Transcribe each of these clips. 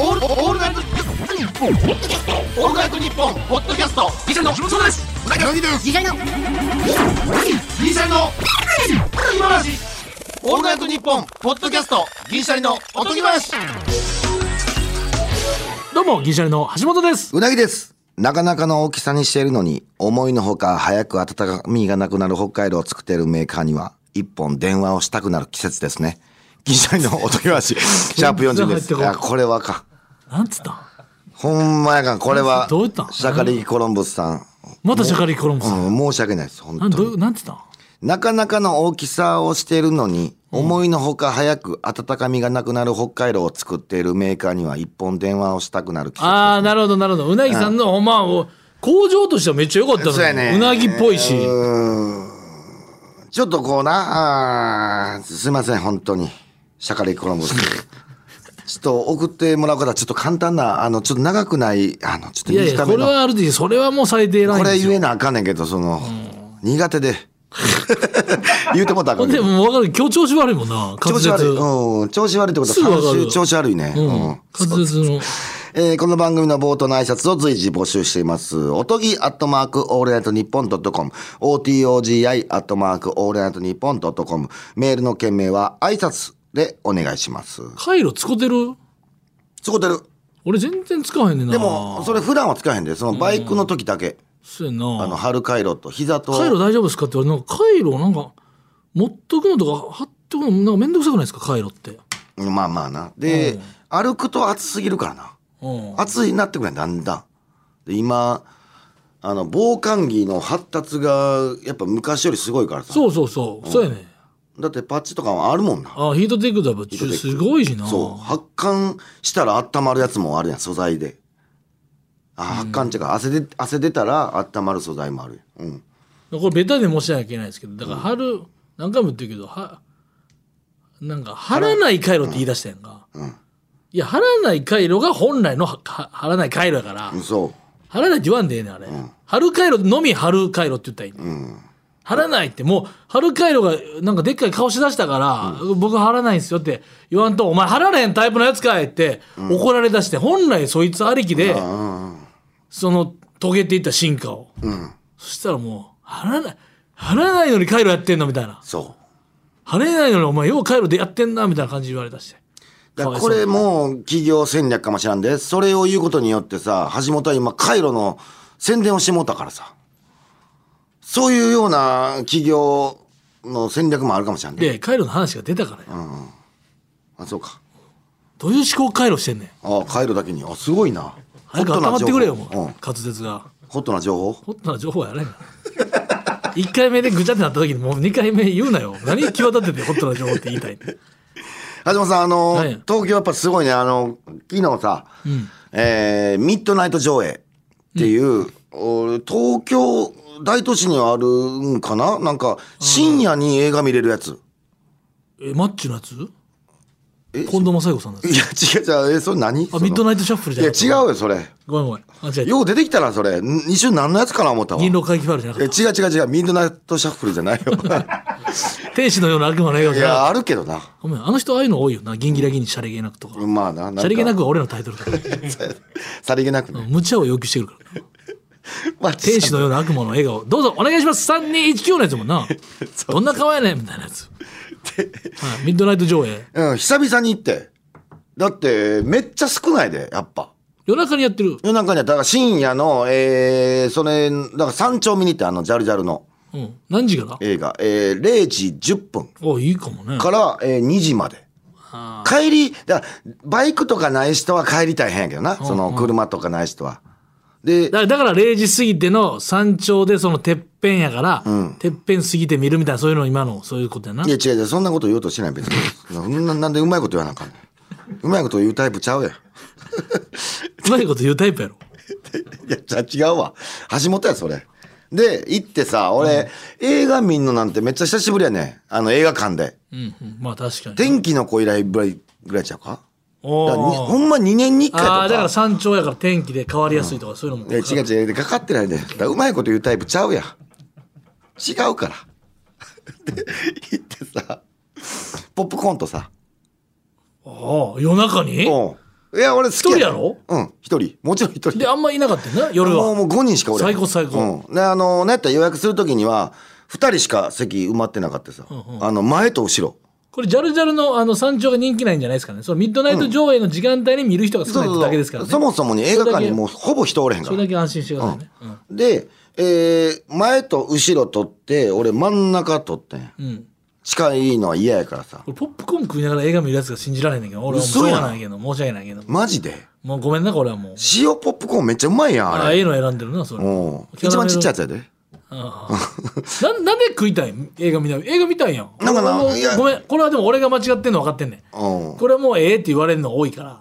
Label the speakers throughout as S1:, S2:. S1: オールオールナイトニッポンオールナイトニッポンポッドキャストギシャリの木本そうですうなぎの
S2: 次回の
S1: ギシャリの今話オールナイトニッポンポッドキャストギシャリのおとぎ話
S3: どうも、銀シャリの橋本です。
S4: うなぎです。なかなかの大きさにしているのに、思いのほか早く温かみがなくなる北海道を作っているメーカーには、一本電話をしたくなる季節ですね。銀シャリのおとぎ 話、シャープ40です。いや、これはか。
S3: なんつったん
S4: ほんまやかん、これは、
S3: どう言ったん
S4: シャカリキコロンブスさん。
S3: またシャカリコロンブス
S4: うん、申し訳ないです、本
S3: なん
S4: 当
S3: ど
S4: に。
S3: うなんつったん
S4: なかなかの大きさをしているのに、思いのほか早く温かみがなくなる北海道を作っているメーカーには、一本電話をしたくなる季節です。
S3: ああ、なるほど、なるほど。うなぎさんの、ほんま、お工場としてはめっちゃ良かったのに
S4: そうやね
S3: うなぎっぽいし。
S4: ちょっとこうな、あーすいません、本当に。シャカリコロ ンブス。ちょっと送ってもらう方、ちょっと簡単な、あの、ちょっと長くない、あの、ちょっと
S3: いやいや、
S4: 短
S3: こ
S4: め
S3: れ
S4: の。
S3: はある時、それはもう最低ライ
S4: こ
S3: ンで
S4: れ
S3: す
S4: 言え
S3: よ。
S4: なあかんねんけど、その、苦 手で。言うてもったらあか
S3: ほ
S4: ん
S3: ん
S4: け
S3: で、
S4: ど
S3: もう分かる。今日調子悪いもんな。
S4: 調
S3: 滑
S4: 子悪い。
S3: 舌。
S4: うん、調子悪いってこと
S3: すぐわか
S4: は
S3: る
S4: 3週調子悪いね。
S3: うん。
S4: うん
S3: 滑舌の。
S4: えーこの番組の冒頭の挨拶を随時募集しています。おとぎアットマークオールナイトニッポンドットコム、OTOGI アットマークオールナイトニッポンドットコム、メールの件名は挨拶でお願いします。
S3: 回路使ってる
S4: 使ってる。
S3: 俺全然使わへんねんな。
S4: でも、それ普段は使えへんで、そのバイクの時だけ、
S3: そう
S4: あ
S3: や
S4: の、
S3: な。
S4: 春回路と膝と、
S3: 回路大丈夫ですかって言われて、なんか回路なんか、持っとくのとか貼っとくの、なんかめんどくさくないですか回路って。
S4: うんまあまあな。で、
S3: うん
S4: 歩くと暑すぎるからな。
S3: うん。
S4: 暑いなってくるやんだんだんで今あの防寒着の発達がやっぱ昔よりすごいからさ
S3: そうそうそう。そうやね。
S4: だってパッチとかもあるもんな
S3: あヒートテックだぶ
S4: ヒートテック
S3: すごいしな
S4: そう発汗したら温まるやつもあるやん素材であ発汗っていうか汗で汗出たら温まる素材もあるやんうん
S3: これベタで申し訳ないですけどだから春、何回も言ってるけどはなんか貼らない回路って言い出したやんか、
S4: うん
S3: いや貼らない回路が本来のはは貼らない回路やから、
S4: うんそ
S3: 貼らないって言わんでええねんあれ、貼る回路のみ貼る回路って言ったらいいねん、
S4: ううん
S3: 貼らないってもう貼る回路がなんかでっかい顔しだしたから、僕貼らないんですよって言わんと「お前貼られへんタイプのやつかい」って怒られだして、本来そいつありきで、
S4: うん
S3: その遂げていった進化を、
S4: うん
S3: そしたらもう、貼らない、貼らないのに回路やってんのみたいな。
S4: そう
S3: 貼れないのにお前よう回路でやってんなみたいな感じで言われたして。
S4: だから
S3: か
S4: こ
S3: わいそ
S4: れ
S3: う
S4: もう企業戦略かもしれんでそれを言うことによってさ橋本は今カイロの宣伝をしてもうたからさそういうような企業の戦略もあるかもしれんで
S3: で、回路の話が出たからや。
S4: あそうか
S3: どういう思考回路してんねん。
S4: あカイロだけにあすごいな
S3: 早く温まってくれよ、もう。
S4: ホットな情報
S3: 滑舌が。
S4: うんホットな情報
S3: ホットな情報やらへんから一回目でぐちゃってなった時にもう二回目言うなよ。何際立っててホットな情報って言いたいって。
S4: 橋本さんあの、
S3: はい
S4: 東京やっぱすごいねあの昨日さ、えーミッドナイト上映っていう、俺東京大都市にはあるんかななんか深夜に映画見れるやつ、
S3: え、マッチのやつ
S4: え
S3: 近藤正彦さんのや
S4: いや、違う違う、え、それ何
S3: つ。あ、ミッド
S4: ナイ
S3: ナイトシャッフル
S4: ト
S3: じゃ
S4: い
S3: な
S4: や、
S3: い
S4: 違うよ、それ。
S3: ごめんごめん。間違えた。
S4: よう出てきたな、それ。ん一瞬何のやつかな思ったわ。
S3: 銀狼会議ファイルじゃな
S4: え、
S3: かっ
S4: 違う違う違う、ミッドナイトシャッフルじゃ ないよ。
S3: た。天使のような悪魔の笑顔
S4: い
S3: じゃなかっ
S4: や、あるけどな。
S3: た。ごめん、あの人ああいうの多いよな。ギンギラギンにシャレゲなくとか。
S4: まあな、なんか
S3: さりげなくは俺のタイトルだから。
S4: さりげなくね。
S3: 無茶を要求してく るから。
S4: まあ、
S3: 天使のような悪魔の笑顔。どうぞお願いします。3219のやつも んな。どんな顔やねんみたいなやつ。はい、ミッドナイト上映。
S4: うん、久々に行って。だって、めっちゃ少ないで、やっぱ。
S3: 夜中にやってる。
S4: 夜中には、だから深夜の、えー、それ、だから山頂見に行って、あの、ジャルジャルの
S3: うん。何時から
S4: 映画、えー、0時10分
S3: おいいかもね。
S4: から、えー、2時まで。
S3: あー
S4: 帰り、だからバイクとかない人は帰り大変やけどな、その車とかない人は。で、
S3: だだから0時過ぎての山頂でそのてっぺんやから、てっぺん過ぎて見るみたいな、そういうの今の、そういうことやな。
S4: いや違う違う、そんなこと言おうとしてない、別に。 そんななんでうまいこと言わなあかんねんうまいこと言うタイプちゃうやん。いう
S3: まいこと言うタイプやろ。
S4: や、じゃあ違うわ。橋本や、それ。で、行ってさ、俺、映画見んのなんてめっちゃ久しぶりやねんあの映画館で。
S3: うん、うん。まあ確かに。
S4: 天気の子以来ぐらい、ぐらいちゃうか
S3: お
S4: だからに
S3: ー
S4: ほんま2年に1回と
S3: あ
S4: か。
S3: ーだから山頂やから天気で変わりやすいとか、そういうのも。
S4: いや違う違うでかかってないでだからうまいこと言うタイプちゃうやん違うから で行ってさポップコーンとさ
S3: ああ、夜中に
S4: うんいや、俺好き
S3: 一人やろ
S4: うん、一人。もちろん一人。
S3: であんまいなかったよな夜
S4: もうも
S3: は
S4: う5人しかおれん
S3: 最高最高
S4: うん、であのねって予約するときには2人しか席埋まってなかったさ、あの前と後ろ
S3: これジャルジャルのあの山頂が人気ないんじゃないですかねそのミッドナイト上映の時間帯に見る人が少ないってだけですからね
S4: そもそもに映画館に
S3: それだけ
S4: もうほぼ人おれへんか
S3: それ
S4: ら
S3: だけ安心してくださいね、うん
S4: で、えー前と後ろ取って俺真ん中取ってん
S3: うん
S4: 近いのは嫌やからさ
S3: これポップコーン食いながら映画見るやつが信じられへんねんけど俺はもうしょ
S4: 嘘
S3: う
S4: やん
S3: がないけど申し訳ないけど
S4: マジで
S3: もうごめんなこれはもう
S4: 塩ポップコーンめっちゃうまいやん
S3: あ
S4: あ
S3: あえ
S4: れ
S3: えの選んでるなそれ
S4: うん一番ちっちゃいやつやで
S3: ああなんなんで食いたいん映画見たい映画見たいやん
S4: なんかな
S3: 俺も
S4: いや
S3: ごめんこれはでも俺が間違ってんの分かってんねん
S4: うん
S3: これはもうええって言われるの多いから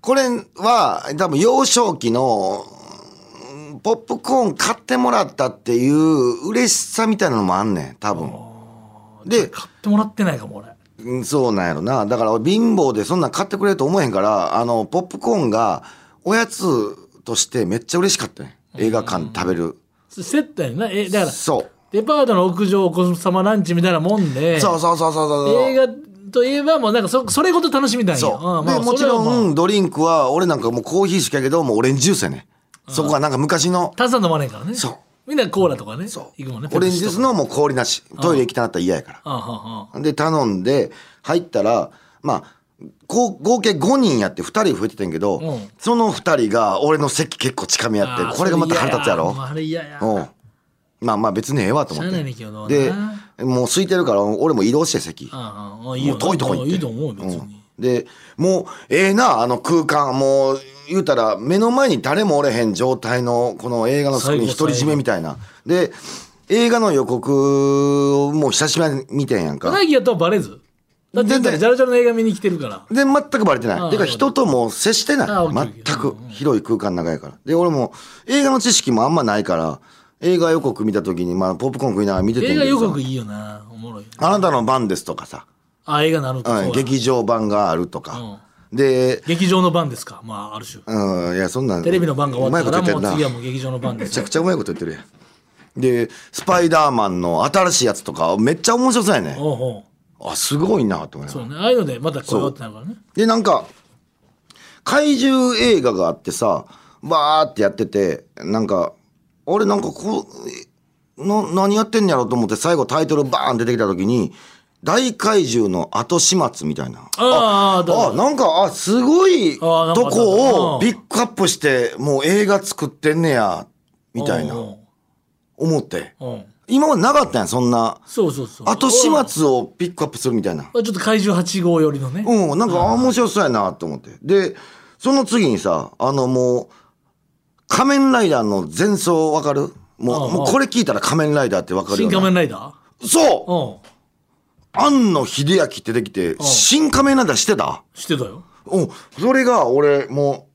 S4: これは多分幼少期のうんポップコーン買ってもらったっていう嬉しさみたいなのもあんねん多分で
S3: 買ってもらってないかも俺
S4: うんそうなんやろなだから俺貧乏でそんなん買ってくれると思えへんからあのポップコーンがおやつとしてめっちゃ嬉しかったね映画館で食べる
S3: それセットやんなえだから
S4: そう
S3: デパートの屋上お子様ランチみたいなもんで
S4: そうそうそうそうそう
S3: 映画といえばもうなんかそそれごと楽しみたいんや
S4: そう、
S3: んまあ
S4: でもち
S3: それは
S4: ろ
S3: まあ
S4: んドリンクは俺なんかもうコーヒーしかやけどもうオレンジジュースやねそこはなんか昔の
S3: 炭酸飲まないからね
S4: そう
S3: みんなコーラとかね
S4: そう
S3: 行くもんね
S4: オレンジジュースのもう氷なしトイレ行きたなったら嫌やから
S3: ああああ
S4: で頼んで入ったらまあこう合計5人やって2人増えててんけど、
S3: うん
S4: その2人が俺の席結構近めや
S3: あ
S4: っ
S3: あ
S4: てこれがまた腹立つやろ
S3: それ嫌やもうあれ嫌や
S4: うんまあまあ別にええわと思っ
S3: しゃあ
S4: て
S3: ないねんけどな
S4: でもう空いてるから俺も移動して席
S3: ああああいい
S4: も
S3: よ
S4: う遠いとこに行って
S3: いいと思うよ別に、
S4: うんでもうええなあの空間もう言うたら目の前に誰もおれへん状態のこの映画のスクリーン
S3: 最後
S4: 独り占めみたいなで映画の予告も久しぶりに見てんやんか
S3: うなぎやとはバレずだって
S4: 全然
S3: ジャルジャルの映画見に来てるか
S4: で、
S3: ら
S4: 全くバレて
S3: あ
S4: な
S3: あ
S4: い。てか、
S3: なるほど
S4: 人とも接して
S3: ああオッケー
S4: な
S3: オ
S4: い
S3: ッ。ケー
S4: 全く。広い空間の中やから。で、俺も、映画の知識もあんまないから、映画予告見た時に、まあ、ポップコーン食いながら見ててん
S3: 映
S4: けど
S3: 画
S4: さ
S3: 予告いいよなおもろいよな
S4: あなたの番ですとかさ、
S3: あ映画なる
S4: う
S3: か、
S4: ん、
S3: そうや
S4: 劇場版があるとか。で、
S3: 劇場の番ですかまあある種
S4: うん、いや、そんなん。
S3: テレビの番が終わったか
S4: う
S3: ら
S4: まいこ
S3: もう
S4: と言って
S3: 次
S4: ん
S3: は
S4: な
S3: もう劇場の番で
S4: めち
S3: す
S4: ゃくちゃうまいこと言ってるやん。で、スパイダーマンの新しいやつとか、めっちゃ面白そうやね。
S3: おうおう
S4: あ、すごいなと思いながら
S3: そうねああいうのでまた来ようってなるからね
S4: でなんか怪獣映画があってさバーってやっててなんか俺なんかこうな何やってんやろうと思って最後タイトルバーン出てきた時に大怪獣の後始末みたいな
S3: あーあーだ
S4: あなんかあすごい
S3: あーなんか
S4: とこ
S3: うん
S4: をピックアップしてもう映画作ってんねやみたいな
S3: おう
S4: 思って
S3: おうおう
S4: 今までなかったんやそんな
S3: そうそうそう
S4: 後始末をピックアップするみたいな
S3: まあちょっと怪獣8号寄りのね、
S4: うん、なんか、あ面白そうやなと思って。で、その次にさ、あのもう、仮面ライダーの前奏わかる
S3: ああ
S4: も
S3: あ
S4: う、
S3: あ
S4: もうこれ聞いたら仮面ライダーってわかる
S3: 新
S4: よ
S3: 仮
S4: な。
S3: 面ライダー
S4: そう
S3: うん
S4: 庵野秀明ってできて、新仮面ライダーしてた
S3: 知ってたよ
S4: うん、それが俺、も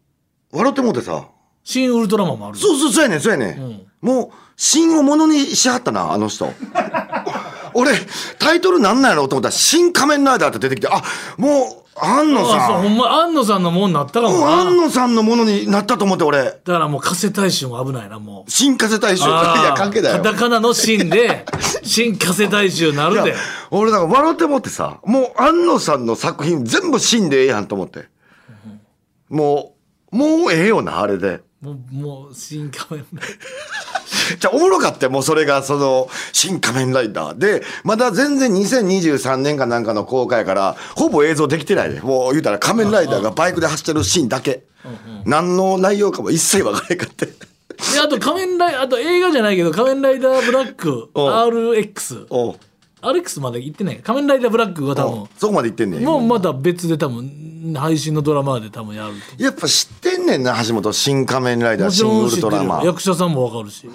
S4: う、笑ってもうてさ、
S3: 新ウルトラマンもあるよ
S4: そうそう、そうやねんそうやねん、もう、新をものにしはったな、あの人。俺、タイトルなんなんやろうと思ったら、新仮面ライダーって出てきて、あ、もう、庵野
S3: あ
S4: さ
S3: そうんほ。んま安野さんのもんなったか
S4: も
S3: も
S4: う
S3: な
S4: 安野さんのものになったと思って俺
S3: だからもう加瀬大衆も危ないなもう
S4: 新加瀬 大衆い
S3: あー
S4: や関係だよ
S3: カタカナの新 で新加瀬大衆なる
S4: い
S3: で
S4: や俺だから笑ってもってさもう安野さんの作品全部死んでええやんと思ってもうもうええよなあれで
S3: もうもう新仮面ライ
S4: じゃあおもろかったよもうそれがその「新仮面ライダー」でまだ全然2023年かなんかの公開やからほぼ映像できてないでもう言うたら仮面ライダーがバイクで走ってるシーンだけ何の内容かも一切分からへんかって
S3: ダーであと仮面ライあと映画じゃないけど仮面ライダーブラック RX
S4: おう
S3: RX まで行ってないか仮面ライダーブラックが多
S4: おうそこまで言ってんねん
S3: 分もうまた別で多分配信のドラマで多分やると
S4: やっぱ知ってんねんな橋本新仮面ライダー
S3: もち
S4: 新
S3: ろ
S4: ウ
S3: ん知
S4: ル
S3: って
S4: ト
S3: る
S4: ラマ
S3: よ
S4: ン
S3: 役者さんもわかるし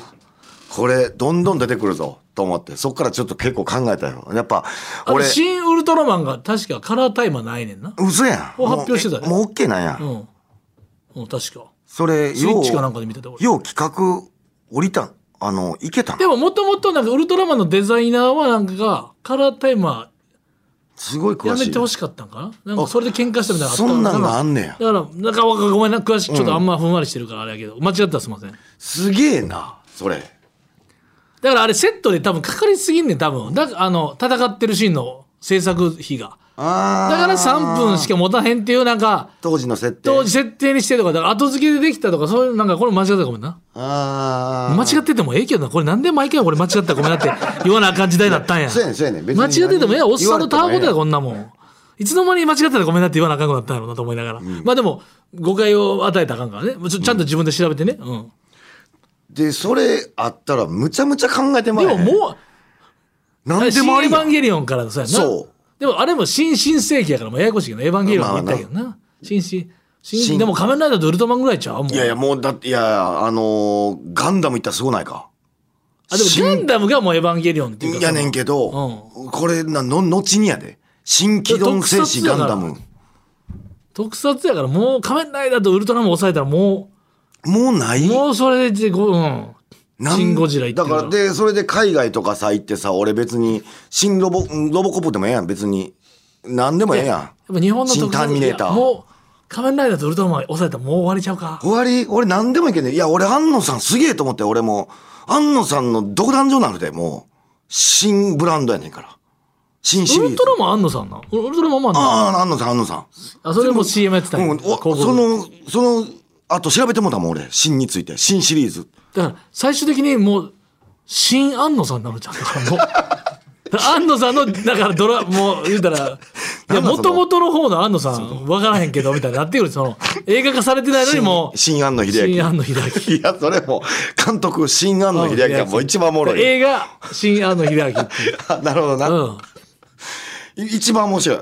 S4: これどんどん出てくるぞと思ってそっからちょっと結構考えたよやっぱ
S3: あと
S4: 俺
S3: 新ウルトラマンが確かカラータイマーないねんな
S4: 嘘やん
S3: を発表してたよ
S4: もうえもう OK なんや、
S3: うん、うん、確か
S4: それ
S3: スイ
S4: よ
S3: ッ
S4: う
S3: チかなんかで見てた俺
S4: よう企画降りたんあのいけたん
S3: でももともとなんかウルトラマンのデザイナーはなんかがカラータイマ
S4: すごい
S3: ーや
S4: 詳し
S3: めてほ
S4: い
S3: しかったんかななんかそれで喧嘩したみたいなのあった
S4: そんなんがあんねや
S3: だからなんかごめんな詳しくちょっとあんまふんわりしてるからあれやけど間違ったらすいません
S4: すげえなそれ
S3: だからあれセットで多分かかりすぎんねん多分だからあの戦ってるシーンの制作費が
S4: あ
S3: だ
S4: ー
S3: から3分しか持たへんっていうなんか
S4: 当時の設定
S3: 当時設定にしてとかだから後付けでできたとかそういうなんかこれ間違ってたらごめんな
S4: あー
S3: 間違っててもええけどなこれなんで毎回俺間違ったらごめんなって言わなあかん時代だったんや
S4: そうやねんそうやねん別に
S3: 間違っててもええやおっさんのたわごと
S4: 言われて
S3: や
S4: もええやん
S3: こんなもんいつの間に間違ってたらごめんなって言わなあかんくなったんやろうなと思いながら、まあでも誤解を与えたらあかんからねちょちゃんと自分で調べてね、うん
S4: でそれあったらむちゃむちゃ考えてま
S3: で
S4: えへ
S3: も
S4: ん
S3: もう
S4: なんで
S3: 新
S4: もあ
S3: エ
S4: り
S3: ヴ
S4: や
S3: ァ
S4: ん
S3: ンゲリオンからのそうやな。
S4: そう
S3: でもあれも新新世紀やからもうややこしいけど、エヴァンゲリオンも言ったけどな。新新新
S4: 新
S3: でも仮面ライダーとウルトラマンぐらいちゃうもう。
S4: いやいやもうだっていやあのーガンダム行ったらすごないか
S3: あでもガンダムがもうエヴァンゲリオンっていうか。
S4: やねんけど、これなの後にやで新機動戦士ガンダム
S3: 特撮やからもう仮面ライダーとウルトラマン抑えたらも、
S4: もうないう
S3: もうそれでこう、うん。
S4: なん
S3: シンゴジラ行ってる
S4: だか
S3: か
S4: ららでそれで海外とかさ行ってさ俺別に新ロボロボコップでもええやん別に何でもええやん
S3: やっぱ日本の
S4: 新ターミネーター
S3: いやもう仮面ライダーとウルトラマン抑えたらもう終わりちゃうか。
S4: 終わり俺何でもいけんねんいや俺安野さんすげえと思って俺も安野さんの独壇場なのでもう新ブランドやねんから新シリー
S3: ウ
S4: ズ
S3: ルトラマンあんのさんな。ウルトラマンもあんの
S4: ああ安野さん安野さん
S3: あ、それも CM やってたんや
S4: うん、
S3: 広
S4: お
S3: 告
S4: そのそのあと調べてもうたもん俺新について新シリーズ
S3: だから最終的にもう新安野さんにな るじゃんだからもう安野さんのだからドラもう言 うたらいや
S4: なんだ
S3: も
S4: その
S3: ともとの方の安野さん分からへんけどみたいになってくるその映画化されてないのにもう
S4: 新安野秀
S3: 新
S4: 明
S3: 安野秀明
S4: いやそれも監督新安野秀明がもう一番おもろい
S3: 映画「新安野秀明」っていう、
S4: あ なるほどな、
S3: うん、
S4: い一番面白い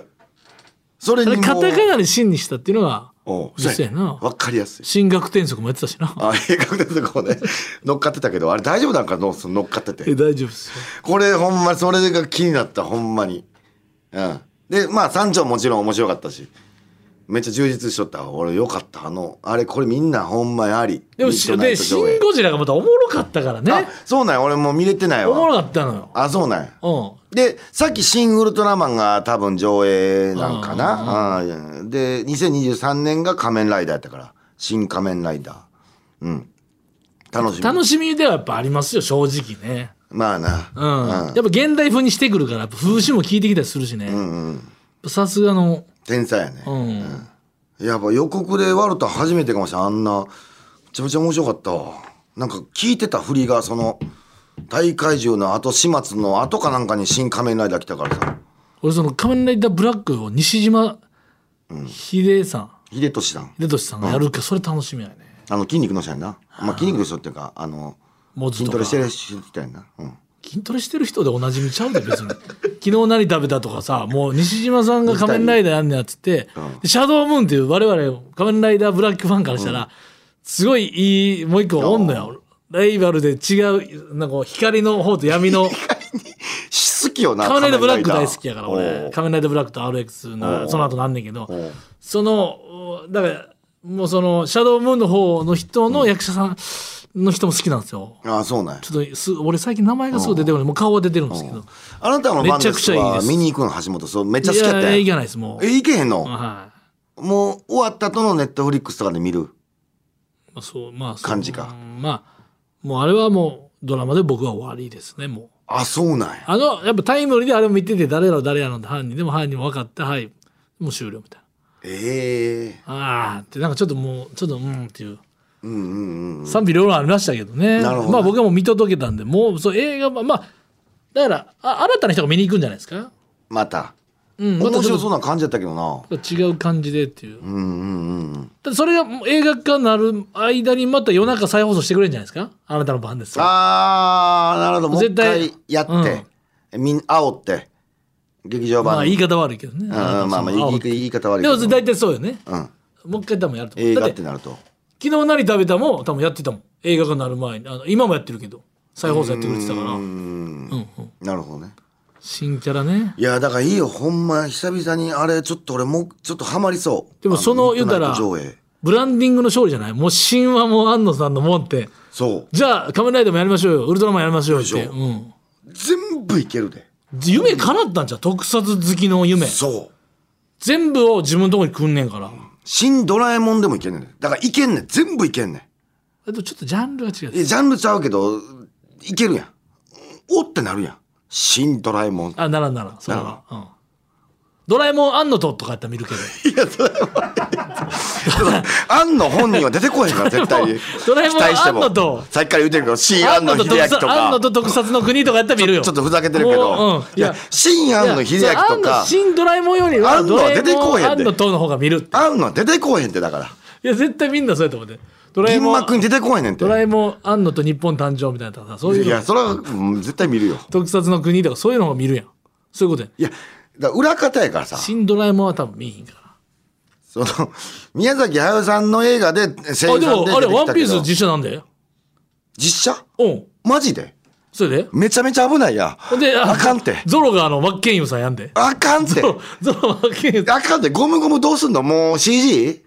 S4: それ
S3: あ
S4: に
S3: れ
S4: も
S3: カタカナに「新」にしたっていうのが
S4: おう
S3: 実際やな
S4: わかりやすい
S3: 進学転職もやってたしな
S4: あ映画でこうね乗っかってたけどあれ大丈夫なんかの乗っかって て
S3: え大丈夫ですよ
S4: これほんまそれが気になったほんまにうんでまあ三条もちろん面白かったしめっちゃ充実しとった俺よかったあのあれこれみんなほんまにあり
S3: でも
S4: ミッドナ
S3: で「
S4: イト上
S3: シ
S4: 映
S3: ン・ゴジラ」がまたおもろかったからね
S4: あそうなんや俺もう見れてない
S3: おもろ
S4: わ
S3: かったのよ
S4: あそうなんや
S3: うん
S4: でさっき「シン・ウルトラマン」が多分上映なんかなうんで2023年が「仮面ライダー」やったから「新仮面ライダー」うん楽しみ
S3: 楽しみではやっぱありますよ正直ね
S4: まあな
S3: うん、やっぱ現代風にしてくるからやっぱ風刺も効いてきたりするしねさすがの
S4: 天才やね、
S3: うん、
S4: やっぱ予告でワルタ初めてかもしれんあんなめちゃめちゃ面白かったわなんか聞いてた振りがその大怪獣の後始末の後かなんかに「新仮面ライダー」来たからさ
S3: 俺その「仮面ライダーブラック」を西島秀さん、
S4: 秀俊さん
S3: 秀俊さんがやるか、それ楽しみやね
S4: あの筋肉の人やんな。まあ筋肉の人っていうか、あの、
S3: モズ
S4: 筋
S3: と
S4: ト
S3: か
S4: レしてる人やんな。うん。
S3: 筋トレしてる人でおなじみちゃうで別に昨日何食べたとかさもう西島さんが仮面ライダーやんねやっつって、でシャドームーンっていう我々仮面ライダーブラックファンからしたら、すごいいいもう一個おんのよライバルで違うなんかこう光の方と闇の
S4: 好きよな。
S3: 仮面ライダーブラック大好きやから
S4: おう
S3: 俺仮面ライダーブラックと RX なその後なんねんけど
S4: おう
S3: そのおだからもうそのシャドームーンの方の人の役者さんの人も好きなんですよ
S4: ああ、そうなんや。
S3: ちょっとす俺最近名前がすぐ出てこないもう顔は出てるんですけど
S4: あなたの番
S3: めちゃ
S4: で
S3: く
S4: す
S3: ちゃいい
S4: は
S3: です
S4: 見に行くの橋本、そう、めっちゃ好
S3: い
S4: きやった
S3: や
S4: やん
S3: いかないですもう
S4: え、行けへんの
S3: は
S4: もう終わった後のネットフリックスとかで見る。
S3: いまあそうまあそう
S4: 感じか
S3: うんまあもうあれはもうドラマで僕は終わりですねもう
S4: あ、そうなんや。
S3: あのやっぱタイムリーであれを見てて誰やろ誰やろって犯人でも犯人も分かってはいもう終了みたいな
S4: ええ。
S3: ああってなんかちょっともうちょっとうんっていう
S4: うんうんうん。
S3: 賛否両論ありましたけどね
S4: なるほど
S3: まあ僕はもう見届けたんでもうそう映画はまあだからあ新たな人が見に行くんじゃないですか、
S4: また。
S3: うん、また
S4: 面
S3: ちょ
S4: 白
S3: っ
S4: そうな感じやったけどな。
S3: と違う感じでっていう、
S4: うんうんうん。
S3: ただそれがもう映画化になる間にまた夜中再放送してくれるんじゃないですかあなたの番です
S4: ああ、なるほど。もう一
S3: 絶対
S4: 回やって、みん、煽って、劇場
S3: まあ
S4: 版
S3: 言
S4: に。
S3: い方悪いけどね
S4: うんうんまあまあ、
S3: その
S4: 言い言い方悪い
S3: で
S4: け
S3: も
S4: ど。
S3: 大体そうよね
S4: うん。
S3: もう一回多分やると思
S4: 映
S3: うだ
S4: 画
S3: っ
S4: ってて
S3: 昨
S4: なると
S3: 日何食べたも多分やってたもん映画化になる前にあの今もやってるけど再放送やってくれてたから
S4: うーんなるほどね
S3: 新キャラね
S4: いやだからいいよほんま久々にあれちょっと俺もうちょっとハマりそう
S3: でもその
S4: あミッドナイト
S3: 言
S4: 上
S3: う
S4: 映
S3: ブランディングの勝利じゃないもう神話も安野さんのもんって
S4: そう
S3: じゃあ仮面ライダーもやりましょうよウルトラマンやりましょうよって
S4: でしょ
S3: うん
S4: 全部いけるで
S3: 夢叶ったんじゃん特撮好きの夢
S4: そう
S3: 全部を自分のとこにくんねんから
S4: 新ドラえもんでもいけんねんだからいけんねん全部いけんね
S3: あとちょっとジャンルが違
S4: んいうやジャンルちゃうけどいけるやんおってなるやん新ドラえもん
S3: あならんならんそれ
S4: なら
S3: は、うん、ドラえもんアンのととかやったら見るけど
S4: アンの本人は出てこへ んから絶対に
S3: ドラえもん
S4: 期待して
S3: アンのと
S4: さっきから言ってるけど新アンの
S3: と
S4: 秀
S3: 特
S4: 明
S3: 撮
S4: と
S3: アン
S4: か
S3: のと特撮の国とかやったら見るよ
S4: ちょっとふざけてるけ
S3: もう
S4: ど、
S3: う
S4: い
S3: ん
S4: や新アンの秀明
S3: いやそうア
S4: と
S3: ンの
S4: か
S3: 新ドラえもんより
S4: ア
S3: は
S4: ンの
S3: ドラ
S4: は
S3: え
S4: 出てこ
S3: も
S4: うんへんで
S3: アンのとの方が見るって
S4: アンのは出てこへんってだから
S3: いや絶対みんなそうやと思ってドラえ
S4: 銀
S3: もん
S4: 幕に出てこへんねんって
S3: ドラえもんアンのと日本誕生みたいなさそういう
S4: い
S3: の
S4: やそれはうん絶対見るよ
S3: 特撮の国とかそういうのを見るやんそういうことや
S4: いやだから裏方やからさ
S3: 新ドラえもんは多分見えへんから
S4: その宮崎駿さんの映画で声
S3: あ
S4: 優
S3: で
S4: さん
S3: も
S4: で
S3: あ
S4: 出
S3: れ
S4: て
S3: ワ
S4: き
S3: ン
S4: た
S3: ピ
S4: け
S3: ース
S4: ど
S3: 実写なんだよ
S4: 実写
S3: うん
S4: マジで
S3: それで
S4: めちゃめちゃ危ないや
S3: ほんで
S4: あかんて
S3: ゾロがあの真剣佑さんやんで
S4: あかんて
S3: ゾロゾロ真剣佑さん
S4: あかんてゴムゴムどうすんのもう CG?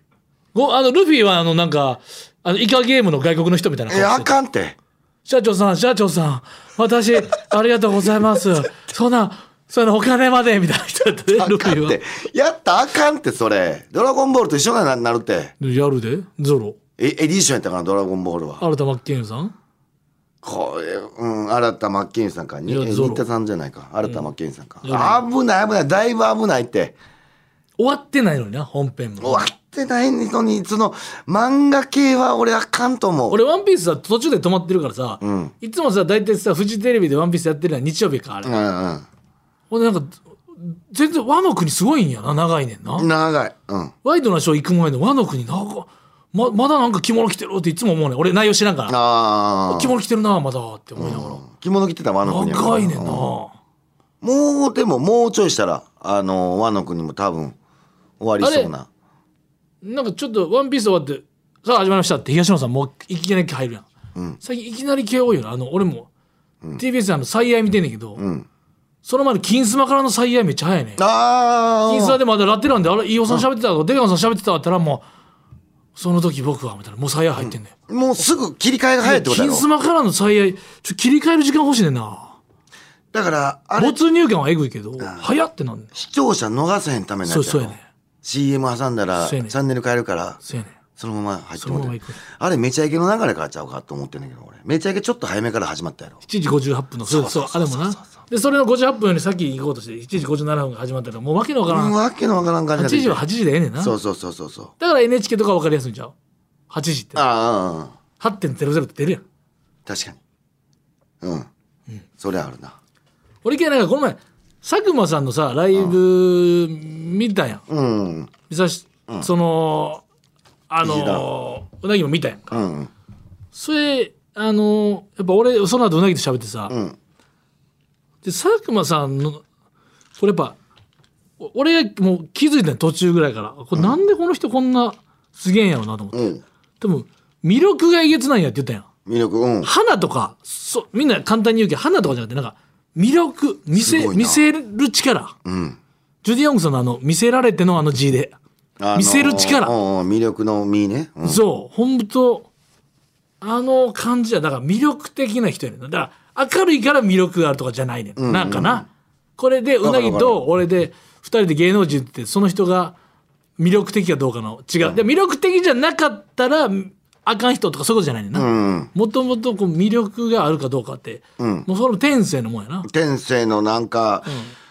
S3: ごあのルフィはあのなんかあのイカゲームの外国の人みたいな顔
S4: えあ
S3: して
S4: かんて
S3: 社長さん社長さん私ありがとうござ いますそんなそんなお金までみたいな人やったで
S4: あ
S3: ルフ
S4: か
S3: ィ
S4: ん
S3: は
S4: てやったらあかんってそれドラゴンボールと一緒になるって
S3: やるでゾロ
S4: えエディションやったからドラゴンボールは
S3: 新田真剣佑さん
S4: これうん新田真剣佑さんかに
S3: いや
S4: え
S3: ゾロ
S4: 新田さんじゃないか新田真剣佑さんか、
S3: ゾロ
S4: 危ない危ないだいぶ危ないって
S3: 終わってないのにな本編も
S4: 終わってないのにその漫画系は俺あかんと思う
S3: 俺「ワンピースさ途中で止まってるからさ、
S4: ん
S3: いつもさ大体さフジテレビで「ワンピースやってるのは日曜日かあれ、
S4: うん
S3: ほんでなんか全然和の国すごいんやな長いねんな、
S4: うん長いうん
S3: ワイドなショー行く前の和の国なんかままだなんか着物着てるっていつも思うねん俺内容知らんから
S4: ああ
S3: 着物着てるなまだって思いなが
S4: 着物着てた和
S3: ら、
S4: の国やから
S3: 長いねんな、
S4: もうでももうちょいしたらあの和の国も多分終わりそうな
S3: なんかちょっと「ワンピース終わってさあ始まりましたって東野さんもういきなり入るやん、最近いきなり系多いよなあの俺も、TBS あの最愛見てんねんけど、
S4: ん
S3: その前の「金スマ」からの最愛めっちゃ早いねん
S4: あ
S3: 金
S4: ー
S3: 沢でまだラテランで、あれ、飯尾さん喋ってたとか、出川さん喋ってたって言ったら、もう、その時僕は、みたいな、もう最愛入ってんねん。
S4: もうすぐ切り替えが早いってことだ
S3: 金
S4: ろ
S3: スマからの最愛、ちょっと切り替える時間欲しいねんな。
S4: だからあれ
S3: 没入感はえぐいけど、早ってなんねん。
S4: 視聴者逃さへんためのや
S3: そう、
S4: つ
S3: そう
S4: や
S3: や
S4: ろ
S3: ねん。
S4: CM 挟んだら
S3: そ
S4: チ
S3: うやねん
S4: ャンネル変えるから
S3: そうやねん。
S4: そのまま入って
S3: そのま
S4: も
S3: ま
S4: ら
S3: 行く
S4: あれめちゃイケの流れからちゃうかと思ってんねんけど俺めちゃイケちょっと早めから始まったやろ
S3: 7時58分の、そうそう、あれもな。で、それの58分より先行こうとして、7時57分が始まったら、もうわけのわから
S4: うん
S3: ん。
S4: わけのわからん感じ
S3: 8
S4: になってき
S3: 時
S4: て
S3: は8時でええねんな。
S4: そうそうそうそうそう
S3: だから NHK とかわかりやすいんちゃう ?8 時って。
S4: ああうん
S3: 8.00って出るやん。
S4: 確かにうん、それあるな
S3: 俺系なんかこの前、佐久間さんのさ、ライブ見たやん。
S4: うん
S3: 見さし、そのあのうなぎも見たやんか
S4: うん
S3: それあのやっぱ俺その後うなぎと喋ってさ、
S4: ん
S3: で佐久間さんのこれやっぱお俺がもう気づいたの途中ぐらいからこれなんでこの人こんなすげえんやろうなと思って、
S4: うん
S3: 多分魅力がえげつないんやって言ったやん
S4: 魅力うん
S3: 花とかそうみんな簡単に言うけど花とかじゃなくてなんか魅力見せ
S4: すごいな
S3: 見せる力
S4: うん
S3: ジュディ・ヨングさんのあの「見せられて」のあの字で。
S4: あのー
S3: 見せる力
S4: うんうん魅力の身ね、うん
S3: そう、本当あの感じは、だから魅力的な人やねんな。だから明るいから魅力があるとかじゃないねん。なんかな。これで、うなぎと俺で、二人で芸能人って、その人が魅力的かどうかの違う。で、魅力的じゃなかったら、あかん人とかそういうことじゃないねんな。
S4: うん
S3: もともとこう魅力があるかどうかって、もうその天性のもんやな。
S4: 天性のなんか、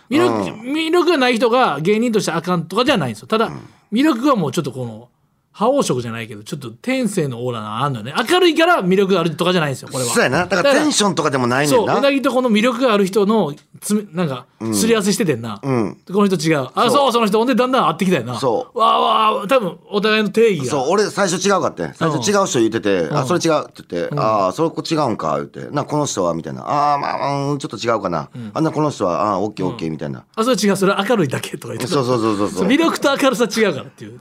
S3: 魅力、魅力がない人が芸人としてあかんとかじゃないんですよ。ただ、魅力はもうちょっとこの、覇王色じゃないけど、ちょっと天性のオーラがあるのよね。明るいから魅力があるとかじゃないんですよ、これは。
S4: そうやなだからテンションとかでもないねん
S3: そう、
S4: な
S3: うなぎとこの魅力がある人のつめ、なんか、すり合わせしててんな。
S4: ん
S3: でこの人違う。あ、そう、その人。ほんで、だんだん合ってきたよな。。
S4: そう
S3: わあわあ、多分、お互いの定義が。
S4: そう俺最初違うかって最初違う人言ってて「あそれ違う」って言って「ああそれこ違うんか」言って「なこの人は」みたいな「ああまあうんちょっと違うかな」あんなこの人は「ああオッケーオッケー」みたいな、
S3: あ、それ違う。それは明るいだけとか言ってた
S4: そうそうそうそうそう
S3: 魅力と明るさ違うからっていう。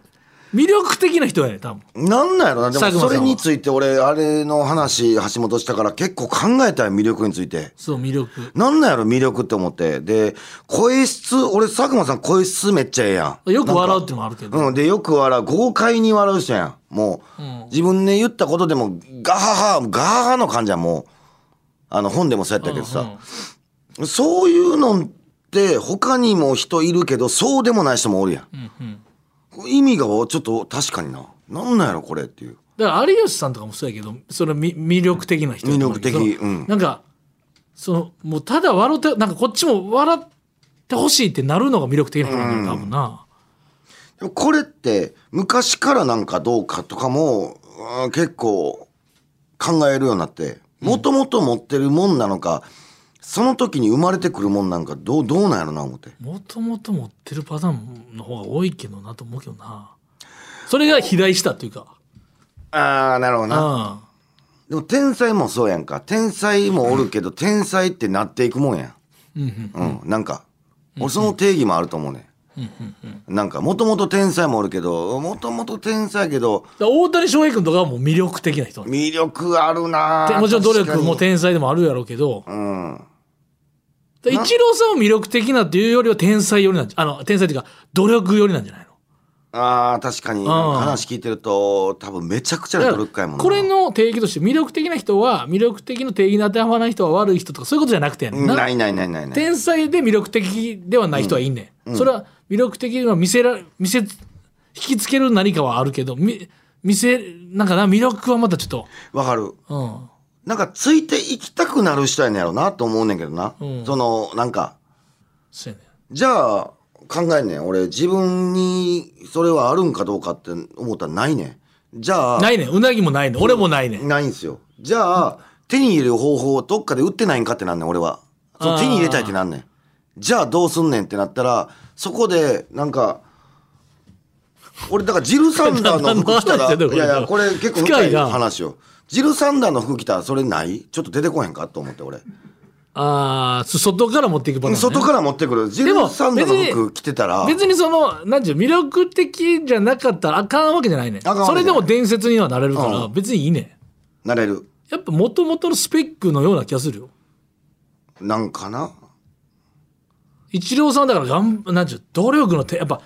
S3: 魅力的な人やね、多分。
S4: なんなんやろなで
S3: 佐久間
S4: も
S3: さん
S4: そ
S3: は
S4: れについて俺あれの話橋本したから結構考えたよ魅力について
S3: そう、魅力。
S4: なんなんやろ魅力って思ってで声質俺佐久間さん声質めっちゃええやん
S3: よく笑うっていうのもあるけど。
S4: うんでよく笑う豪快に笑う人やんもう、自分で言ったことでもガハハガハハの感じやんもうあの本でもそうやったけどさ、そういうのって他にも人いるけどそうでもない人もおるやん、意味がちょっと確かにななんなんやろこれっていう
S3: だから有吉さんとかもそうやけどそれみ魅力的な人
S4: 魅力的
S3: その
S4: うん
S3: なんかそのもうただ笑うてなんかこっちも笑っってほしいってなるのが魅力的なことなんだよ多分な。
S4: でもこれって昔からなんかどうかとかも、うん結構考えるようになってもともと持ってるもんなのか、その時に生まれてくるもんなんかどうどうなんやろな思って
S3: もともと持ってるパターンの方が多いけどなと思うけどな。それが肥大したというか。
S4: ああなるほど
S3: うん。
S4: でも天才もそうやんか天才もおるけど、天才ってなっていくもんや
S3: うんうん。
S4: うん、なんか、俺その定義もあると思うね、ん、なんかもともと天才もおるけどもともと天才やけど
S3: だから大谷翔平君とかはもう魅力的な人なんで
S4: 魅力あるな
S3: す
S4: ぁ
S3: もちろん努力も
S4: 確か
S3: 天才でもあるやろうけど、
S4: にうん
S3: だからイチローさんは魅力的なっていうよりは天才よりなんじゃあの天才っていうか努力よりなんじゃないの
S4: あー確かに
S3: ん
S4: 話聞いてると多分めちゃくちゃな努力家やもんな
S3: これの定義として魅力的な人は魅力的の定義に当てはまらない人は悪い人とかそういうことじゃなくてやね
S4: うんん
S3: な
S4: ないないないないない
S3: 天才で魅力的ではない人はいいね、んそれは魅力的な見せら見せ引きつける何かはあるけどみ見せなんかな魅力はまたちょっと
S4: わかる
S3: うん
S4: なんかついていきたくなる人やねんやろなと思うねんけどな、
S3: うん
S4: そのなんか
S3: そうやね
S4: じゃあ考えんねん俺自分にそれはあるんかどうかって思ったらないねんじゃあ
S3: ないねうなぎもないね俺もないね、
S4: ないんですよ。じゃあ、手に入れる方法をどっかで売ってないんかってなんねん、俺は。そ
S3: あ
S4: う
S3: ー
S4: 手に入れたいってなんねん。じゃあどうすんねんってなったら、そこで、なんか、俺、だからジルサンダーの服着たら、
S3: 何の話
S4: いやいや、こ
S3: これ
S4: れ結構
S3: 深
S4: 深
S3: い
S4: い
S3: な
S4: 話よ。ジルサンダーの服着たらそれないちょっと出てこへんかと思って、俺。
S3: ああ外から持っていくパターン、ね、
S4: 外から持ってくる。ジルサンダーの服着てたら、
S3: 別にその何ていうの魅力的じゃなかったらあかんわけじゃないね
S4: あかんわけじゃない
S3: それでも伝説にはなれるから、
S4: うん
S3: 別にいいね
S4: なれる。
S3: やっぱもともとのスペックのような気がするよ
S4: なんかな
S3: 一郎さんはだからがんなんていうの努力のてやっぱ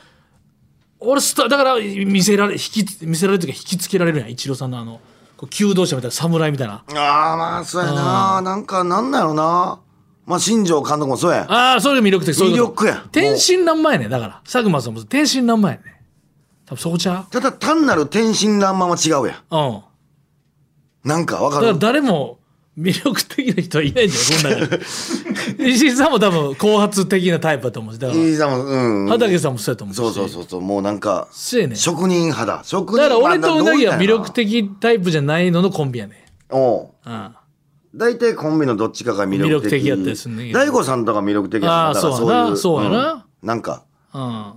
S3: 俺スタだから見せられ引き見せられる時は引きつけられるやん一郎さんのあのこう求道者みたいな侍みたいな
S4: ああ、まあ、そうやな。なんか、なんだろうな。まあ、新庄監督もそうやん。
S3: ああそれが魅力的そういうこと
S4: 魅力や
S3: 天真爛漫やねだから佐久間さんも天真爛漫やね多分そこちゃ
S4: ただ単なる天真爛漫は違うやん。
S3: ううん
S4: なんかわか
S3: だから
S4: る。
S3: 誰も魅力的な人はいないんだよ、この中 で。石井さんも多分、後発的なタイプだと思うし、だから、
S4: 飯さんも、うん。
S3: 畑さんもそうやと思うし。
S4: そうそうそうそう、もうなんか、
S3: そうやね。
S4: 職人肌。職人
S3: だから
S4: まあ
S3: 俺とうなぎは魅力。
S4: どう
S3: 的タイプじゃないののコンビやね。
S4: 言ったらいいのおう
S3: うん。あ
S4: 大体コンビのどっちかが魅力的。
S3: 魅力的やったりすんねんけど
S4: 大悟さんとか魅力的やった
S3: あーそうやなそうやな。
S4: んなんか、
S3: あ。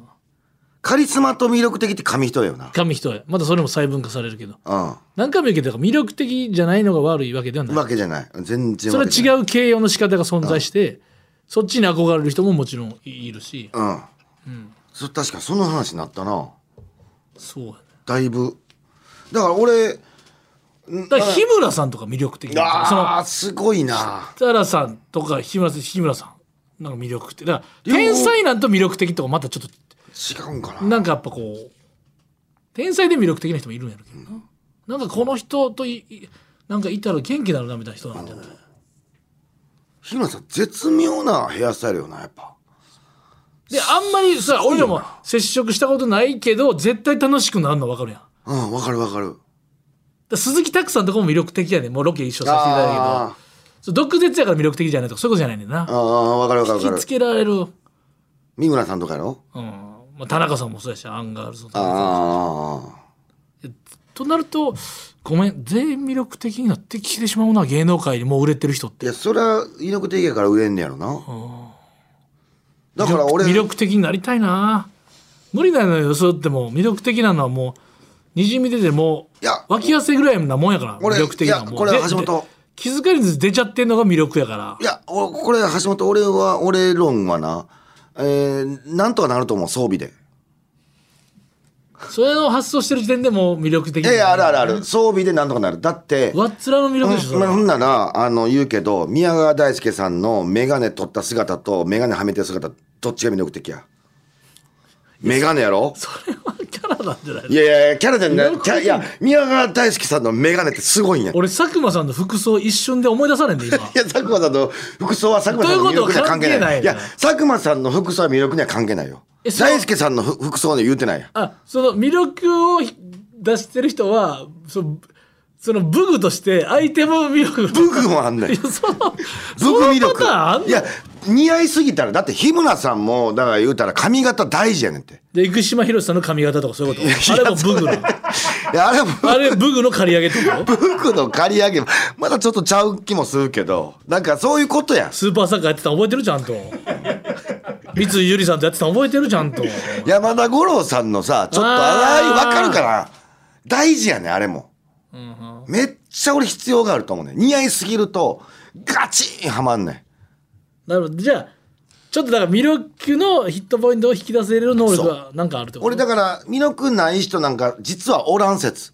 S4: カリスマと魅力的って紙一重よな。
S3: 紙一重。またそれも細分化されるけど。
S4: う
S3: 何回も言うけど、だから魅力的じゃないのが悪いわけでは
S4: ん。
S3: ない。
S4: わけじゃない。全然
S3: それ
S4: わ
S3: は
S4: けじゃない。
S3: 違う形容の仕方が存在して、そっちに憧れる人ももちろんいるし、
S4: う。ん。そ確かその話になったな。
S3: そうやね。
S4: だいぶ。だから俺、
S3: だから日村さんとか魅力的なんですよその
S4: ああ、すごいな。
S3: 設楽さんとか日村さん日村さんなんか魅力ってだから
S4: 両方
S3: 天才なんと魅力的とかまたちょっ
S4: 違うんかな
S3: と。なんかやっぱこう天才で魅力的な人もいるんやろうけどな、なんかこの人といいなんかいたら元気になるなみたいな人なんじゃない、
S4: 日村さん絶妙なヘアスタイルよなやっぱ
S3: であんまりさ俺らも接触したことないけど絶対楽しくなるの分かるやんだか
S4: うんわかるわかる
S3: ら鈴木拓さんとかも魅力的やねもうロケ一緒させていただいたけど
S4: あ
S3: そう毒舌やから魅力的じゃないとかそういうことじゃないねん
S4: ー
S3: な
S4: あーわかるわかるわ
S3: 引
S4: か
S3: き
S4: る
S3: つけられる、うん
S4: 三村さんとかやろ
S3: まあ、田中さんもそうやしアンガールズの田
S4: あー
S3: 中さんも
S4: あ
S3: となるとごめん全員魅力的になってきてしまうな芸能界にもう売れてる人っ
S4: ー
S3: て
S4: いやそれは威力的やから売れんねやろなだから俺
S3: 魅力的になりたいな無理なのよそうっても魅力的なのはもうにじみ出ても
S4: いや
S3: う脇汗ぐらいなもんやから
S4: 俺
S3: 魅力的なの
S4: いや
S3: もう
S4: これ
S3: で
S4: 橋本
S3: で気づかれず出ちゃってんのが魅力やから
S4: いやおこれ橋本俺は俺論はなえー、なんとかなると思う装備で
S3: それを発想してる時点でもう魅力的
S4: いやいやあるあるある装備でなんとかなるだって
S3: わっつらの魅力でしょそ
S4: ま
S3: れ
S4: あ、
S3: は
S4: ほんならあの言うけど宮川大輔さんの眼鏡取った姿と眼鏡はめてる姿どっちが魅力的や眼鏡やろ
S3: それはキャラなんじゃない
S4: いやいやキャラじゃないキャいや宮川大輔さんの眼鏡ってすごいんやい
S3: 俺佐久間さんの服装一瞬で思い出されんで今
S4: や佐久間さんの服装は佐久間さんの魅力には関係ない
S3: ということは関係ないよ
S4: や佐久間さんの服装は魅力には関係ないよ
S3: えそう
S4: 大輔さんの服服装に言うてないやん
S3: あその魅力をひ出してる人はそその武具としてアイテム魅力
S4: ブグもあんねん
S3: いやその
S4: ブグ魅
S3: そのパ
S4: 力
S3: ターンあんの
S4: いや似合いすぎたら、だって日村さんも、だから言うたら髪型大事やねんって。
S3: で生島ひろしさんの髪型とかそういうことあれもブグなの
S4: いや、あれも、
S3: あれブグの刈り上げってこと
S4: 僕の刈り上げも、まだちょっとちゃう気もするけど、なんかそういうことや。
S3: スーパーサッカーやってたの覚えてるちゃんと三井ゆりさんとやってたの覚えてるちゃんと
S4: 山田五郎さんのさ、ちょっと
S3: あー
S4: あいわかるかな大事やねん、あれも。めっちゃ俺必要があると思うねん。似合いすぎると、ガチンはまんねん。
S3: なるほどじゃあちょっとだから魅力のヒットポイントを引き出せる能力がなんかあるってこと
S4: 俺だから魅力ない人なんか実はおらん説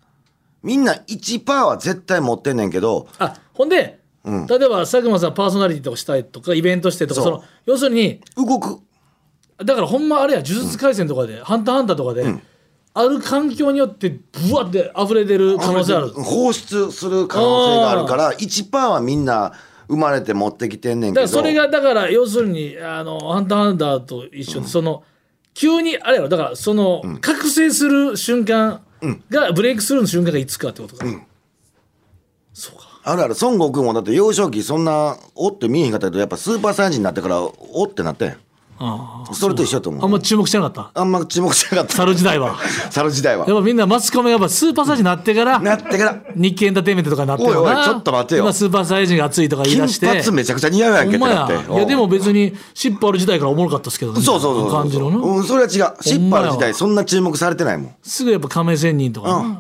S4: みんな1%は絶対持ってんねんけど
S3: あほんで、例えば佐久間さんパーソナリティとかしたいとかイベントしてとか
S4: そ
S3: そうの要するに
S4: 動く
S3: だからほんまあれや呪術廻戦とかで「ハンターハンター」とかで、ある環境によってブワって溢れてる可能性ある
S4: 放出する可能性があるから1%はみんな生まれて持ってきてんねん
S3: だか
S4: け
S3: ら
S4: ど
S3: それがだから要するに「あのハンターハンター」と一緒で、その急にあれやろだからその、覚醒する瞬間が、ブレイクスルーの瞬間がいつかってことか、そうか
S4: あるある孫悟空もだって幼少期そんなおって見えへんかったけどやっぱスーパーサイヤ人になってからおってなってん
S3: ああ
S4: それと一緒だと思う
S3: あんま注目してなかっ
S4: あんま注目しなか った
S3: 猿時代は
S4: た猿時代は
S3: やっぱみんなマスコミがやっぱスーパーサイジになってから
S4: なってから
S3: 日経エンターテインメントとかになってるな
S4: おいおいちょっと待てよ
S3: 今スーパーサイジが熱いとか言い
S4: 金
S3: 出して
S4: 髪めちゃくちゃ似合うやんけって
S3: ほん
S4: な
S3: ま
S4: って
S3: やいやでも別にシップある時代からおもろかったですけどね
S4: そうそうそうそう
S3: 感じのな、
S4: うん、それは違うシッパー時代そんな注目されてないもん
S3: すぐやっぱ亀仙人とかな、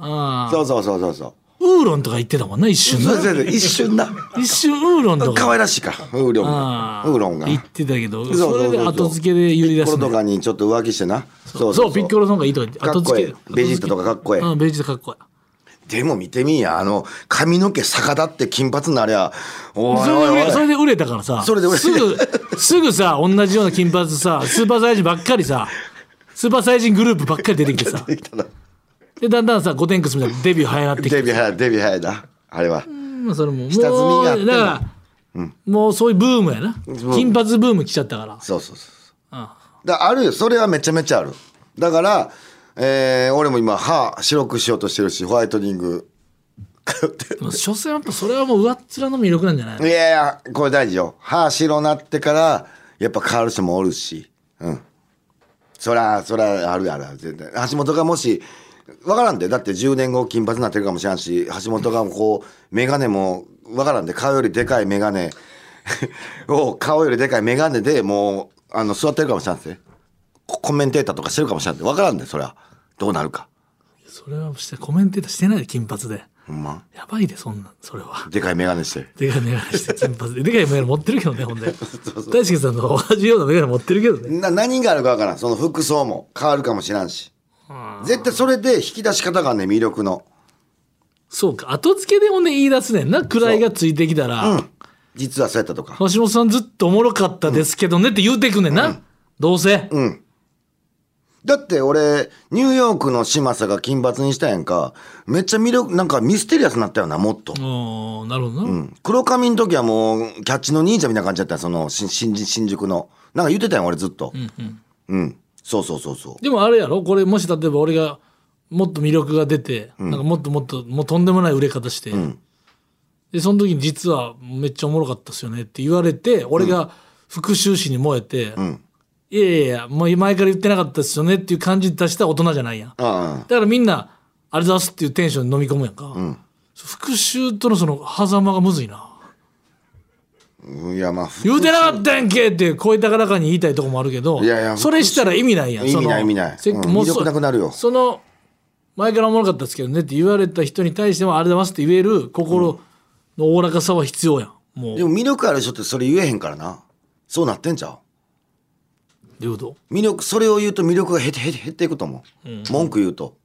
S3: あ
S4: そうそうそうそうそう
S3: ーウーロンとか言ってたもんな一瞬
S4: そ
S3: な
S4: うそうそう一瞬な
S3: 一瞬ウーロンと
S4: 可
S3: か
S4: 愛らしいからウーロン
S3: あ
S4: がウーロンが
S3: 言ってたけど
S4: うそうそうそう
S3: れで後付けで揺り出
S4: コ
S3: す
S4: ロ
S3: ね
S4: とかにちょっと浮気してなそ
S3: そうピッコロの方がいいとか言って
S4: か
S3: 後
S4: っこ
S3: 付
S4: え
S3: け
S4: えベジータとかかっこええ
S3: うんベジータかっこええ
S4: でも見てみいやあの髪の毛逆立って金髪になりゃおい
S3: それ
S4: おい
S3: で売
S4: お
S3: れそれ
S4: い
S3: で売れたからさ
S4: それで売れ
S3: すぐすぐさ同じような金髪さスーパーサイジばっかりさスーパーサイジングループばっかり出てきてさでだんだんさゴテンクスみたいなデビュー早なってき
S4: デ
S3: て
S4: ビュー早いデビュー早いなあれは
S3: まあそれも
S4: 下積みがあって
S3: も
S4: ん
S3: う
S4: だ
S3: だからもうそういうブームやな
S4: そう
S3: 金髪ブーム来ちゃったから
S4: そうそうそう
S3: あ
S4: だあるよそれはめちゃめちゃあるだから、えー俺も今歯白くしようとしてるしホワイトニング
S3: でも所詮やっぱそれはもう上っ面の魅力なんじゃない
S4: いやいやこれ大事よ歯白なってからやっぱ変わる人もおるしうんそらそらあるやら絶対橋本がもしわからんでだって10年後金髪になってるかもしれんし橋本がこう眼鏡もわからんで顔よりでかい眼鏡 を顔よりでかい眼鏡でもうあの座ってるかもしれんすねココメンテーターとかしてるかもしれんでわからんでそりゃどうなるか
S3: それはしてコメンテーターしてないで金髪で
S4: ほんま
S3: やばいでそんなんそれは
S4: でかい眼鏡して
S3: でかいメガネ して金髪ででかいメガネ持ってるけどねほんで大輔さんと同じようなメガネ持ってるけどね
S4: な何があるかわからんその服装も変わるかもしれんし絶対それで引き出し方がね魅力の
S3: そうか後付けでもね言い出すねんな位がついてきたら、
S4: 実はそうやったとか
S3: 橋本さんずっとおもろかったですけどねって言うてくんねんな、どうせ、
S4: うんだって俺ニューヨークの嶋佐が金髪にしたやんかめっちゃ魅力なんかミステリアスになったよなもっと、
S3: おーなるほどな、
S4: うん黒髪の時はもうキャッチの忍者みたいな感じだったよそのし新新宿のなんか言ってたやん俺ずっとうん、そうそうそうそう
S3: でもあれやろこれもし例えば俺がもっと魅力が出て、なんかもっともっともうとんでもない売れ方して、でその時に実はめっちゃおもろかったっすよねって言われて俺が復讐心に燃えて、いやいやいやもう前から言ってなかったっすよねっていう感じで出したら大人じゃないやんだ
S4: あ
S3: からみんなあれ出すっていうテンションに飲み込むやんか、復讐とのその狭間がむずいな
S4: あうんいやまあ
S3: 言うてなかったやんけって声高らかに言いたいとこもあるけど
S4: いやいや
S3: それしたら意味ないやん
S4: 意味ない
S3: その
S4: 意味ない
S3: せっか
S4: うん
S3: もう
S4: 魅力
S3: そ
S4: なくなるよ
S3: その前からおもろかったですけどねって言われた人に対してもあれだますって言える心のおおらかさは必要やんもう
S4: でも魅力ある人ってそれ言えへんからなそうなってんちゃう
S3: どういうこと
S4: 魅力それを言うと魅力が減って減って減っていくと思う、文句言うと、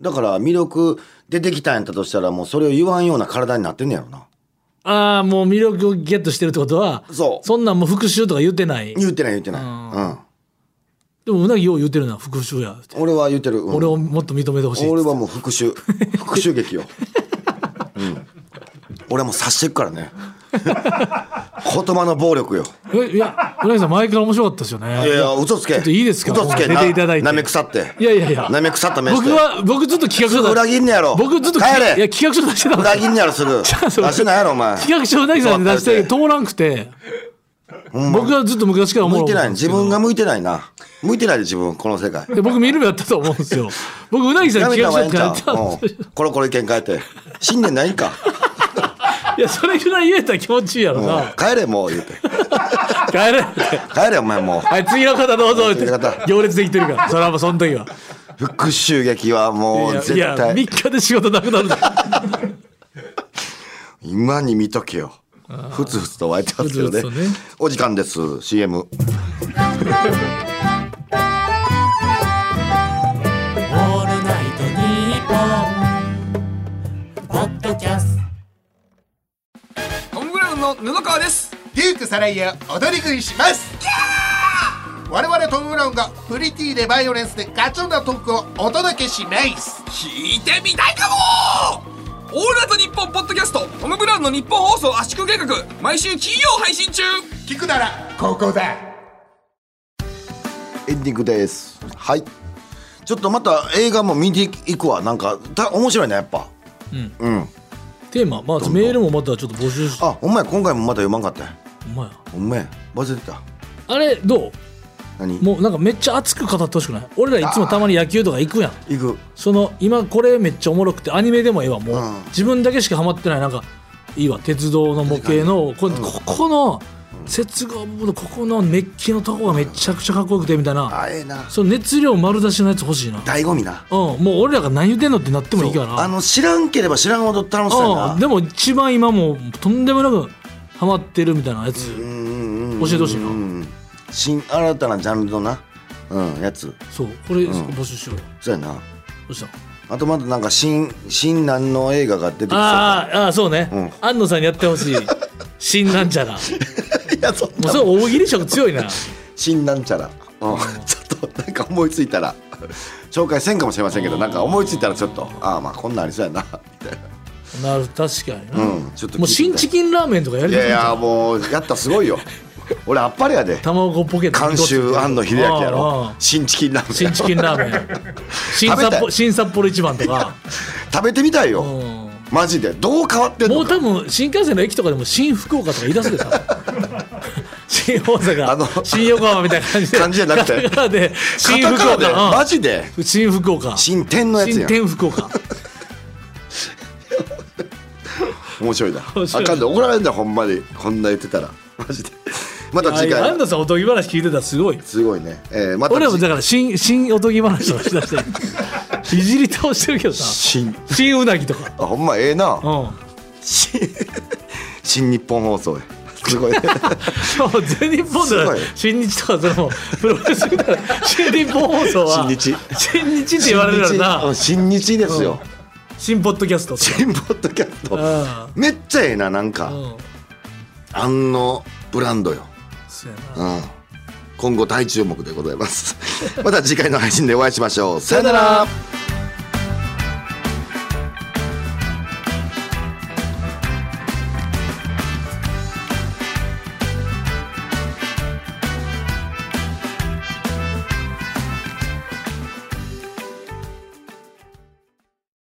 S4: だから魅力出てきたんやったとしたらもうそれを言わんような体になってんねやろな
S3: ああもう魅力をゲットしてるってことは
S4: そう
S3: そんなんもう復讐とか言ってない
S4: 言ってない言ってない、
S3: でもうなぎよう言ってるな復讐やって
S4: うん、俺は言ってる、うん
S3: 俺をもっと認めてほしい
S4: 俺はもう復讐復讐劇よ、 うん、俺はもう察していくからね言葉の暴力よ
S3: えいやうなぎさん前から面白かったですよね
S4: いやいや嘘つけ
S3: ちょっといいですか
S4: 嘘つけ
S3: もう出ていただいて
S4: な舐め腐って
S3: いやいやいや
S4: 舐め腐った目して
S3: 僕は僕ずっと企画書
S4: 裏切んねやろ
S3: 僕ずっとき
S4: 帰
S3: いや
S4: れ
S3: 企画書出してたの
S4: 裏切んねやろすぐ出
S3: ゃあそれ
S4: してないやろお前
S3: 企画書うなぎさんに出して
S4: ちょっと待って
S3: 通らんくて
S4: んま
S3: 僕はずっと昔から思
S4: 向
S3: う
S4: いてない自分が向いてないな向いてないで自分この世界
S3: で僕見る目やったと思うんで すよ僕うなぎさ
S4: や
S3: ん
S4: め
S3: 違
S4: た
S3: う
S4: 方がええ
S3: 人
S4: ん
S3: って
S4: ち
S3: や
S4: ゃ
S3: った
S4: う、うん、コロコロ意見変えて信念ないん か、
S3: いやそれぐらい言えたら気持ちいいやろ
S4: うん
S3: な
S4: 帰れもう言うて
S3: 帰れって
S4: 帰れお前もう
S3: はい次の方どうぞって
S4: 次の方
S3: 行列できてるからそれはもうその時は
S4: 復讐劇はもう絶
S3: いやいや3
S4: 対
S3: 日で仕事なくなるで
S4: 今に見とけよふつふつと湧いてますけどね
S3: ふつふつとね
S4: お時間です CM
S2: オールナイトニッポン」ポッドキャスト
S5: トム・ブラウンの布川です
S1: デュークサライヤ踊り食いします我々トム・ブラウンがプリティでバイオレンスでガチョンなトークをお届けします
S5: 聞いてみたいかもオールナイトニッポンポッドキャストトム・ブラウンの日本放送圧縮計画毎週金曜配信中
S1: 聞くならここだ
S4: エンディングですはいちょっとまた映画も見ていくわなんかた面白いねやっぱうん、
S3: テーマま
S4: ど
S3: あ
S4: んどん
S3: メールもまたちょっと募集して
S4: あほんまや今回もまた読まんかったよ
S3: お前や
S4: ほんまや忘れてた
S3: あれどう
S4: 何
S3: もうなんかめっちゃ熱く語ってほしくない俺らいつもたまに野球とか行くやん
S4: 行く
S3: その今これめっちゃおもろくてアニメでもええわもう、
S4: うん
S3: 自分だけしかハマってないなんかいいわ鉄道の模型のこ,、ここの接合部のここのメッキのとこがめちゃくちゃかっこよくてみたいな
S4: あええな
S3: その熱量丸出しのやつ欲しいなうん
S4: 醍醐味な
S3: もう俺らが何言ってんのってなってもいいからな
S4: あの知らんければ知らんほど楽しそうや
S3: う
S4: なん
S3: でも一番今もうとんでもなくハマってるみたいなやつ、
S4: うんうんうん
S3: 教えてほしいな
S4: うんうん新新たなジャンルのなうんやつ
S3: そうこれ、募集しようよ
S4: そうやな
S3: どうした
S4: あとまだなんか新新南の映画が出てきそう
S3: あーあーそうね、
S4: ん
S3: 安野さんにやってほしい新なんちゃらも
S4: いやそん
S3: う
S4: な
S3: それ大喜利色強いな
S4: 新なんちゃら、うん、 ちょっとなんか思いついたら紹介せんかもしれませんけどなんか思いついたらちょっとああまあこんなんありそうやなみたい
S3: なる確かにな、
S4: なうんちょっと
S3: もう
S4: 聞いてみた
S3: 新
S4: い
S3: チキンラーメンとかやり
S4: い
S3: た
S4: や
S3: い
S4: い
S3: な
S4: やもうやったらすごいよ俺あっぱれやで
S3: 卵ポケット
S4: 監修庵野秀明や
S3: あー
S4: ろ
S3: あー
S4: 新チキンラーメン
S3: 新チキ ンラーメン新札
S4: 食べた
S3: 幌
S4: い
S3: 新札幌一番とか、
S4: 食べてみたいよ、
S3: うん
S4: マジでどう変わってん
S3: も
S4: の
S3: う
S4: か
S3: 多分新幹線の駅とかでも新福岡とか言い出すで 多分新大阪
S4: あの
S3: 新横浜みたいな感じで
S4: 感じじゃなくて
S3: カタカナ で
S4: カ
S3: 新
S4: タ
S3: 福
S4: カナで
S3: 岡
S4: マジで
S3: うん新福岡
S4: 新天のやつ
S3: 新
S4: やん
S3: 天福岡
S4: 面白いな
S3: 面白い
S4: あかんで怒られんだほんまにこんな言ってたらマジでまた次
S3: 安
S4: 回
S3: 野さんおとぎ話聞いてたらすごい
S4: すごいね、えー、また
S3: 俺らも
S4: 次
S3: だから新新おとぎ話をしだしていじり倒してるけどさ
S4: 新
S3: 新うなぎとか
S4: あほんまええな
S3: うん
S4: 新 新日本放送やすごいね
S3: もう全日本です
S4: ごい
S3: 新日とかそのプロレスみたいな新日本放送
S4: 新
S3: は
S4: 日
S3: 新日 って言われるから
S4: う
S3: なん
S4: 新日ですよ、
S3: 新ポッドキャストとか
S4: 新ポッドキャスト
S3: うん
S4: めっちゃええななんか、
S3: うん
S4: あんのブランドよ、
S3: そうやな
S4: うん、 今後大注目でございますまた次回の配信でお会いしましょうさよなら